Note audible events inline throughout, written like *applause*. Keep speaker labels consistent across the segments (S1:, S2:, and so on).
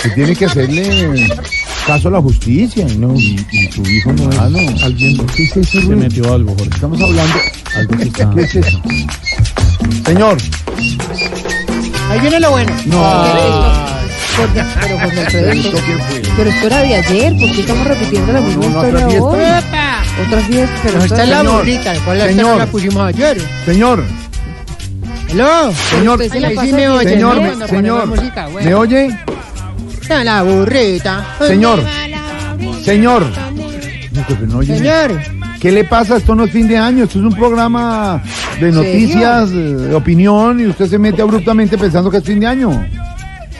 S1: Se tiene que hacerle caso a la justicia, ¿no?
S2: Y, y tu hijo no
S1: Ah, no.
S2: es alguien
S1: ¿Qué es eso,
S2: se
S1: Ruth?
S2: metió algo, Jorge.
S1: Estamos hablando.
S2: Algo que está.
S1: ¿Qué es eso? Señor,
S3: Ahí viene lo bueno.
S1: no.
S3: Porque- pero Jorge Alfredo,
S1: ¿Esto
S3: esto-
S1: Ah, qué fue?
S3: pero esto era de ayer, ¿por qué estamos repitiendo la misma
S1: no, no, otra
S3: historia hoy?
S1: fiesta.
S3: Otra fiesta, pero
S1: No,
S3: esta es la
S1: señor.
S3: bonita, ¿cuál es
S1: Señor.
S3: la que pusimos ayer?
S1: Señor,
S3: ¿Hello? Pues,
S1: Señor,
S3: Usted se la
S1: Ay,
S3: pasa
S1: sí me
S3: oyendo
S1: oye, señor,
S3: cuando
S1: me-
S3: ponemos
S1: señor,
S3: música, bueno.
S1: ¿me oye?
S3: Está La burrita.
S1: Señor, señor. No, pues, no oye.
S3: Señor.
S1: ¿Qué le pasa? Esto no es fin de año, esto es un programa de noticias, eh, de opinión, y usted se mete abruptamente pensando que es fin de año.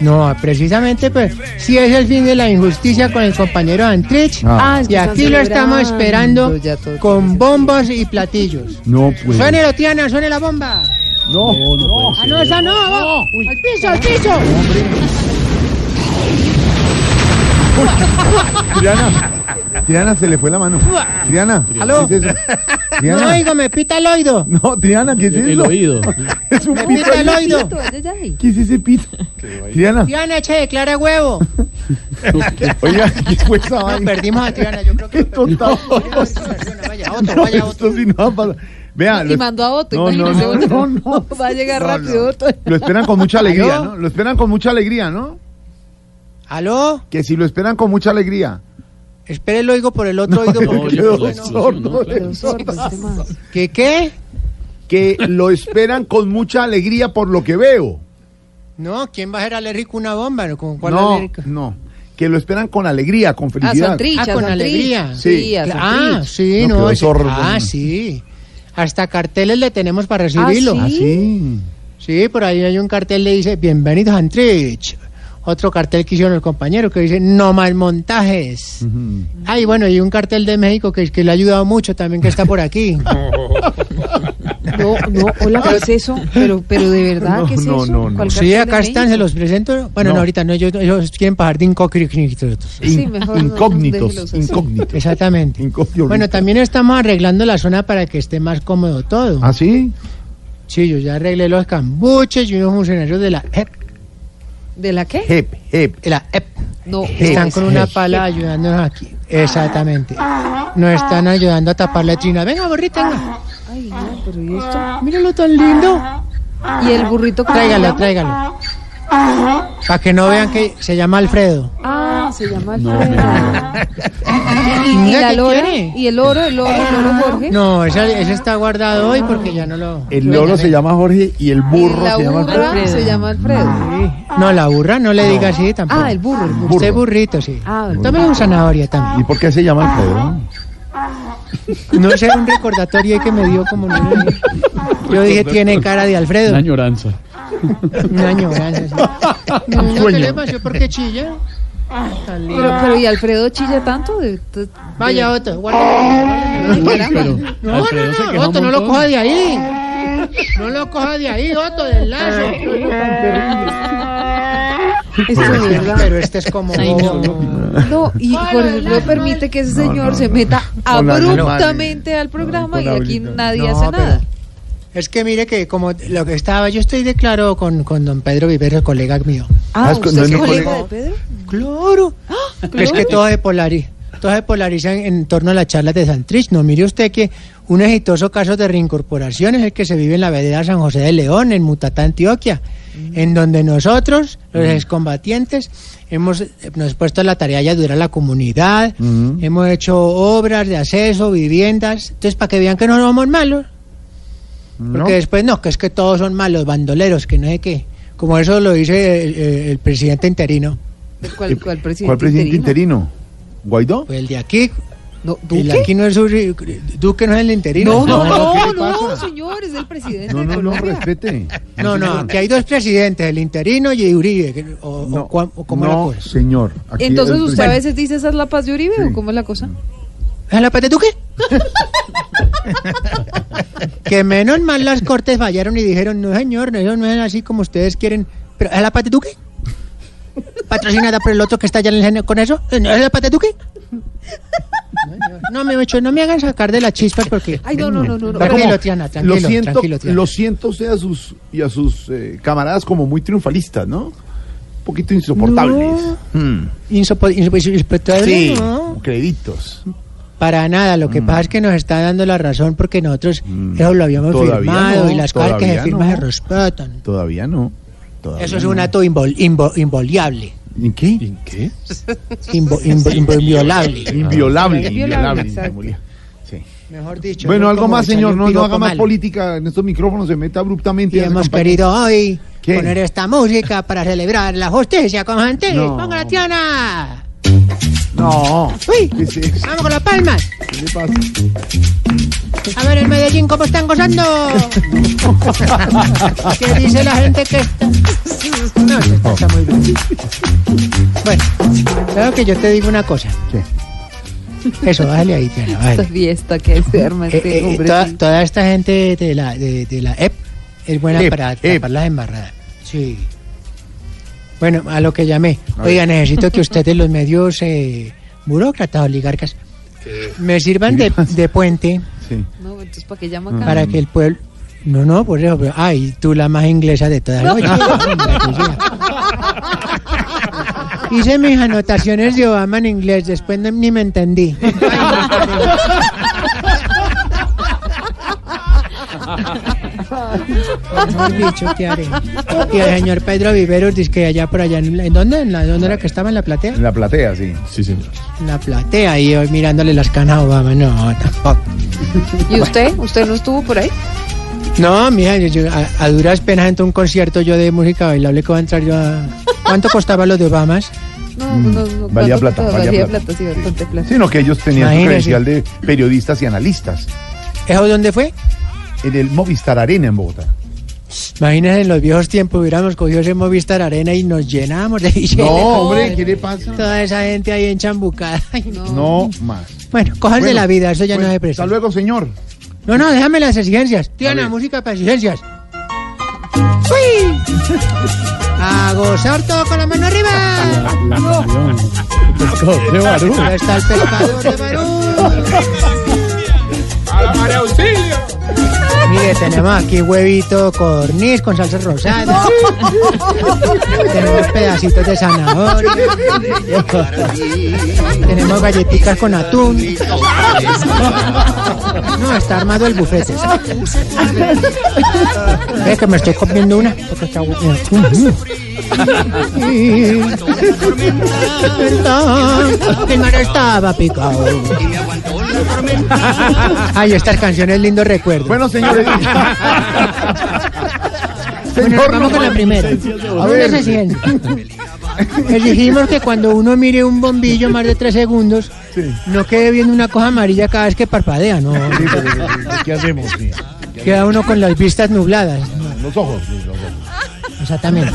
S3: No, precisamente pues, si es el fin de la injusticia con el compañero Antrich.
S1: Ah,
S3: Y aquí lo estamos esperando con bombos y platillos.
S1: no, pues.
S3: Suene la tiana, suene la bomba.
S1: No, no, no.
S3: Ah, no, esa no. vamos. Al piso, al piso.
S1: Triana, Triana, se le fue la mano. Triana,
S3: ¿Aló?
S1: ¿qué es eso?
S3: No
S1: Triana,
S3: oigo, me pita el oído.
S1: no, Triana, ¿qué es
S2: El, el
S1: eso?
S2: oído.
S1: Es un
S3: Me
S1: pito.
S3: pita el oído.
S1: ¿Qué es ese pito? Triana,
S3: Tiana, echa de clara huevo.
S1: oiga, ¿qué fue *laughs* esa
S3: No,
S1: vaina?
S3: perdimos a Tiana, yo creo que...
S1: Qué total.
S3: Vaya
S1: No,
S3: otro, vaya
S1: esto
S3: otro.
S1: sí no va a pasar. Vea,
S4: Y
S1: Ah, lo-
S4: mandó a Otto,
S1: No, no,
S4: imagínese
S1: no, no,
S4: Otto.
S3: *laughs*
S1: no.
S4: *laughs* Va a llegar
S1: No, no.
S4: rápido Otto.
S1: Lo esperan con mucha alegría,
S3: ¿Aló?
S1: ¿no? Lo esperan con mucha alegría, ¿no?
S3: ¿Aló?
S1: Que si lo esperan con mucha alegría. *laughs*
S3: Espere el oigo por el otro oído.
S2: no,
S3: porque-
S2: yo-
S1: Quedó
S2: por la explosión,
S1: sordo
S2: ¿no? Claro.
S1: de-
S4: este
S1: Ah,
S3: ¿Qué qué?
S1: Que lo esperan con mucha alegría por lo que veo.
S3: No, ¿quién va a ser alérgico a una bomba? ¿No? ¿Con cuál
S1: No,
S3: alérgico?
S1: no. Que lo esperan con alegría, con
S4: A
S1: felicidad.
S4: Santrich,
S3: Ah,
S4: a
S3: con
S4: Santrich.
S3: alegría.
S1: Sí.
S4: Sí, a
S3: Ah,
S4: Santrich.
S3: sí,
S1: No,
S3: no.
S1: quedó
S3: sí.
S1: sordo.
S3: Ah, sí. Hasta carteles le tenemos para recibirlo.
S4: ¿sí?
S1: Ah, sí.
S3: Sí, por ahí hay un cartel que dice Bienvenidos a Antrich. Otro cartel que hicieron los compañeros que dice No más montajes.
S1: Ujú.
S4: Mm.
S3: Ay, bueno, y un cartel de México que, que le ha ayudado mucho también, que está por
S4: *laughs*
S3: aquí.
S4: No, no,
S1: *laughs*
S4: hola, ¿qué es eso? Pero, pero de verdad, ¿qué es
S1: No, no,
S4: eso?
S1: no, no.
S4: ¿Cuál
S3: Sí,
S4: cartel
S3: acá
S4: de
S3: están, se
S4: México?
S3: los presento. Bueno,
S1: No.
S3: no, ahorita no, ellos, ellos quieren para Jardín Cocricnicto.
S4: Sí,
S1: In-
S4: mejor no,
S1: incógnitos,
S4: déjelos así. *laughs*
S1: incógnitos.
S3: Exactamente.
S1: Incógnito.
S3: Bueno, también estamos arreglando la zona para que esté más cómodo todo.
S1: ¿Ah, sí?
S3: Sí, yo ya arreglé los cambuches y unos funcionarios de la EP,
S4: ¿De la qué?
S1: Hep, hep.
S3: de la EP
S4: No,
S3: están
S4: no,
S3: con
S4: es-
S3: una pala ayudándonos aquí. Exactamente. Nos están ayudando a tapar la trina. Venga, borrita, venga.
S4: Ay, no, pero ¿y esto?
S3: Míralo tan lindo.
S4: ¿Y el burrito que
S3: Tráigalo, tráigalo. Para que no vean que se llama Alfredo.
S4: Ah, se llama Alfredo. ¿Y
S3: Mira,
S4: la
S3: ¿qué
S4: lora?
S3: quiere?
S4: ¿Y el oro? ¿El oro? ¿El
S1: Ah,
S4: oro Jorge?
S3: No, ese, ese está guardado hoy porque ya no lo.
S1: El loro se llama Jorge y el burro
S4: ¿Y la
S1: se llama
S4: burra
S1: Alfredo.
S4: se llama Alfredo?
S3: No, la burra no le diga así tampoco.
S4: Ah, el burro, el burro.
S1: burro.
S3: Usted burrito, sí.
S4: Ah, el
S3: Tómeme un zanahoria también.
S1: ¿Y por qué se llama Alfredo?
S3: No sé, un recordatorio que me dio como un niño. Yo dije, tiene cara de Alfredo.
S2: Una añoranza.
S3: Un año, gracias. No, no, ¿qué
S2: Sueño. *laughs*
S3: le pasó? ¿Por qué chilla? Tan lindo.
S4: Pero, pero ¿y Alfredo chilla tanto? De- de-
S3: Vaya, Otto, guarda.
S4: Ay, caramba.
S2: Pero
S3: No,
S2: Alfredo se
S3: no,
S2: quejó
S3: no, Otto,
S2: un
S3: no lo
S2: montón.
S3: coja de ahí. No lo coja de ahí, Otto, del lazo.
S4: Eso es verdad.
S3: Pero este es como...
S4: No, y Jorge Alfredo permite que ese señor se meta
S1: Con la-
S4: abruptamente al programa
S1: con
S4: y
S1: la
S4: aquí
S1: habilidad.
S4: nadie
S3: No,
S4: hace
S3: pero-
S4: nada.
S3: Es que mire que como lo que estaba, yo estoy de claro con, con don Pedro Vivero, colega mío.
S4: Ah,
S1: es que
S4: ¿usted
S1: no
S4: es
S1: es mi
S4: colega
S1: colega.
S4: de Pedro?
S3: Claro. Que Es que todo se polariza, todo se polariza en, en torno a las charlas de Santrich. No, mire usted que un exitoso caso de reincorporación es el que se vive en la vereda San José de León, en Mutatá, Antioquia, en donde nosotros, los excombatientes, hemos eh, nos puesto la tarea de ayudar a la comunidad,
S1: Ujú.
S3: hemos hecho obras de acceso, viviendas, entonces para que vean que no somos malos.
S1: ¿No?
S3: Porque después no, que es que todos son malos, bandoleros, que no sé qué. Como eso lo dice el, el- el presidente interino,
S4: ¿Cuál, cuál presidente?
S1: ¿Cuál presidente interino? ¿Guaidó?
S3: pues el de aquí.
S4: No,
S3: El de
S4: ¿Duque?
S3: aquí no es su- Duque no es el interino.
S4: No, no, no,
S1: ¿qué le
S4: no,
S1: pasa?
S4: señor, es el presidente
S1: No,
S4: de
S1: no, no,
S4: Colombia.
S1: respete.
S3: No, no, aquí hay dos presidentes, el interino y Uribe, que- o,
S1: No,
S3: o cuan- o cómo era pues? la
S1: no,
S3: cosa.
S1: señor. Aquí
S4: Entonces
S1: el
S4: usted a
S1: presidente-
S4: veces dice esa es la paz de Uribe
S1: Sí.
S4: o cómo es la cosa.
S3: ¿A la parte de Duque? *laughs* que menos mal las cortes fallaron y dijeron, no señor, eso no es así como ustedes quieren. ¿Pero es la parte de Duque? ¿Patrocinada por el otro que está allá en el genio con eso? ¿No es la parte de Duque? No, señor. No, me ocho, no me hagan sacar de las chispas porque...
S4: Ay, no, no, no, no. no.
S3: Tranquilo,
S4: Pero-
S3: Tiana, tranquilo,
S1: lo siento,
S3: tranquilo, Tiana.
S1: lo siento a usted a sus, y a sus eh, camaradas como muy triunfalistas, ¿no? poquito insoportables. Mm,
S3: Insopo- insopo- insoportable,
S1: Sí,
S3: ¿no?
S1: créditos.
S3: Para nada, lo que pasa es que nos está dando la razón porque nosotros
S1: Mm.
S3: eso lo habíamos
S1: Todavía
S3: firmado
S1: no,
S3: y las cosas que se
S1: todavía
S3: firman
S1: no.
S3: se respetan.
S1: Todavía no. todavía
S3: Eso es
S1: no.
S3: un acto invol, invo- involeable,
S1: ¿En qué?
S2: qué?
S3: invo- invo- invo-
S1: *laughs*
S3: Ah. inviolable.
S1: Inviolable.
S4: Inviolable,
S1: Inviolable.
S4: exacto.
S1: Julia. Sí.
S3: Mejor dicho.
S1: Bueno,
S3: no
S1: algo
S3: como
S1: más,
S3: echarle
S1: señor.
S3: un
S1: No, no
S3: piropo
S1: haga más
S3: malo.
S1: política en estos micrófonos. Se meta abruptamente.
S3: Y
S1: y hace
S3: hemos
S1: campaña.
S3: querido hoy
S1: ¿Qué?
S3: poner esta música para celebrar la justicia con
S1: No.
S3: Santiago. Ponga la tiana.
S1: No.
S3: Uy.
S1: ¿Qué es eso?
S3: Vamos con las palmas.
S1: ¿Qué le pasa?
S3: A ver en Medellín cómo están gozando. ¿Qué dice la gente que está? No, esto está muy bien. Bueno, claro que yo te digo una cosa.
S1: ¿Qué?
S3: Eso, bájale ahí, Tiana,
S4: Esta
S3: bájale.
S4: fiesta que se arma
S3: Eh,
S4: este
S3: eh,
S4: hombre.
S3: toda,
S4: sí.
S3: toda esta gente de la, de, de la EP es buena
S1: EP,
S3: para
S1: EP.
S3: tapar las embarradas. Sí. Bueno, a lo que llamé. Oiga, necesito que ustedes, los medios eh, burócratas, oligarcas, me sirvan de, de puente
S1: Sí.
S4: No, entonces, ¿para qué llama acá?
S3: para que el pueblo. No, no, por eso. Pero, ay, tú la más inglesa de todas. Oye, venga, tú siga. Hice mis anotaciones de Obama en inglés, después no- ni me entendí. Mejor dicho, ¿qué haré? Y el señor Pedro Viveros dice que allá por allá, ¿en, la- ¿en dónde? ¿En la, ¿Dónde era que estaba? ¿En la platea?
S1: En la platea, sí.
S2: Sí, señor.
S3: En la platea, y hoy mirándole las canas a Obama. No, tampoco.
S4: ¿Y usted? ¿Usted no estuvo por ahí?
S3: No, mija, yo, yo- a, a duras penas entro a un concierto yo de música bailable que voy a entrar yo a... ¿Cuánto costaba los de Obamas?
S4: No, no, no. ¿cuánto
S1: Valía plata,
S4: costaba?
S1: valía
S4: Valía
S1: plata.
S4: plata, sí, bastante plata.
S1: Sino que ellos tenían su
S3: Imagínese.
S1: credencial de periodistas y analistas
S3: ¿Eso dónde fue?
S1: en el Movistar Arena en Bogotá.
S3: Imagínense, en los viejos tiempos hubiéramos cogido ese Movistar Arena y nos llenamos de billetes.
S1: No,
S3: con
S1: hombre, ¿qué le pasa?
S3: Toda esa gente ahí *laughs* chambucada.
S1: No más.
S3: Bueno, cojan de
S1: Bueno,
S3: la vida, eso ya
S1: Bueno,
S3: no se presta.
S1: Hasta luego, señor.
S3: No, no, déjame las exigencias.
S1: A
S3: Tiene
S1: ver.
S3: música para exigencias. ¡Uy! *laughs* A gozar todo con la
S1: *laughs*
S3: mano arriba.
S2: ¡Qué varón!
S3: Ahí está el pescador de Barú. Mire, tenemos aquí huevito corniz con salsa rosada. tenemos pedacitos de zanahoria. tenemos galletitas con atún. no, está armado el bufete. es que me estoy comiendo una. Porque está... eh, Perdón, que el mar estaba picado. Ay, estas canciones, lindo recuerdo.
S1: Bueno, señores.
S3: Bueno,
S1: Señor,
S3: vamos
S1: no
S3: con la
S1: más.
S3: primera. A
S1: ver.
S3: ver. Exigimos que cuando uno mire un bombillo más de tres segundos, no quede viendo una cosa amarilla cada vez que parpadea, ¿no?
S1: Sí, pero, ¿Qué hacemos? sí?
S3: Queda uno con las vistas nubladas.
S1: Los ojos. sí, los ojos.
S3: Exactamente.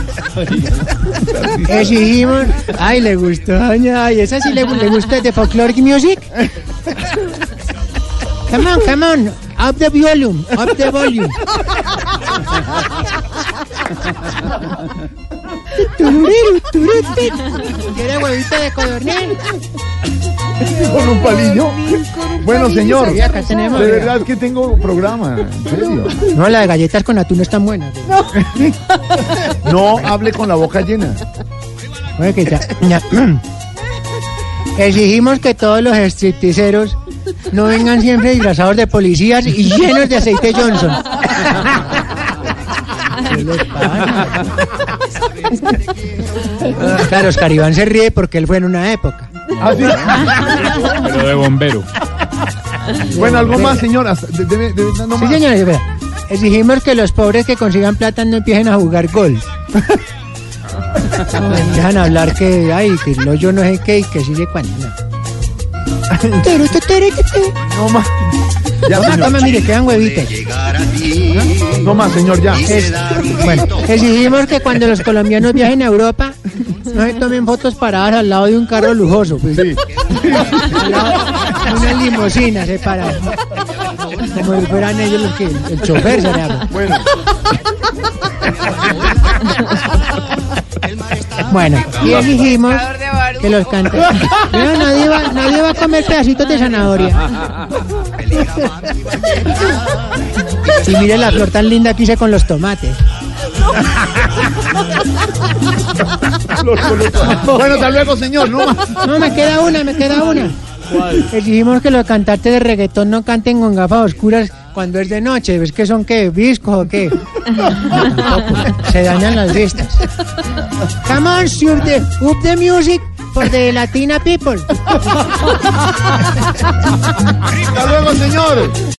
S3: Exigimos. Ay, le gustó, doña. Ay, esa sí le, le gusta de folkloric music. Come on, come on. Up the volume, up the volume. Tururiru, turutit. ¿Quiere huevito de codorniz?
S1: Con un palillo. Bueno, señor.
S3: Sí, acá tenemos,
S1: De
S3: mira.
S1: verdad que tengo programa. En serio.
S3: No, las galletas con atún no están buenas. güey.
S1: No hable con la boca llena.
S3: Bueno, que ya- *laughs* ya. Exigimos que todos los stripticeros no vengan siempre disfrazados de policías y llenos de aceite Johnson. ¿Qué le pasa? Claro, Oscar Iván se ríe porque él fue en una época.
S1: Ah, sí.
S2: Pero de bombero.
S1: Bueno, algo más, señor. Hasta- de- de- de- no, no
S3: Sí,
S1: más.
S3: señores, vea. Exigimos que los pobres que consigan plata no empiecen a jugar golf.
S1: Ah.
S3: No, Dejan hablar que, ay, que no, yo no sé qué y que sí sé cuándo. no. Teru, tu, teru, tu, tu.
S1: No más. Ya, pues,
S3: Toma,
S1: señor.
S3: toma, mire, quedan huevitas.
S1: No más, señor, ya.
S3: Es- bueno, exigimos que cuando los colombianos viajen a Europa no se tomen fotos paradas al lado de un carro lujoso. pues.
S1: Sí.
S3: Al lado de Una limusina se paran. Como si fueran ellos los que. El chofer se llama.
S1: Bueno,
S3: Bueno, y exigimos que los canten. No, nadie, va, nadie va a comer pedacitos de zanahoria. Y mire la flor tan linda que hice con los tomates.
S1: Bueno, hasta luego, señor. No más.
S3: No, me queda una, me queda una. Exigimos que los cantantes de reggaetón no canten con gafas oscuras cuando es de noche. ¿Ves que son qué? ¿Viscos o qué? Tampoco. Se dañan las vistas. Come on, sur the, up the music for the Latina people.
S1: Hasta luego, señor.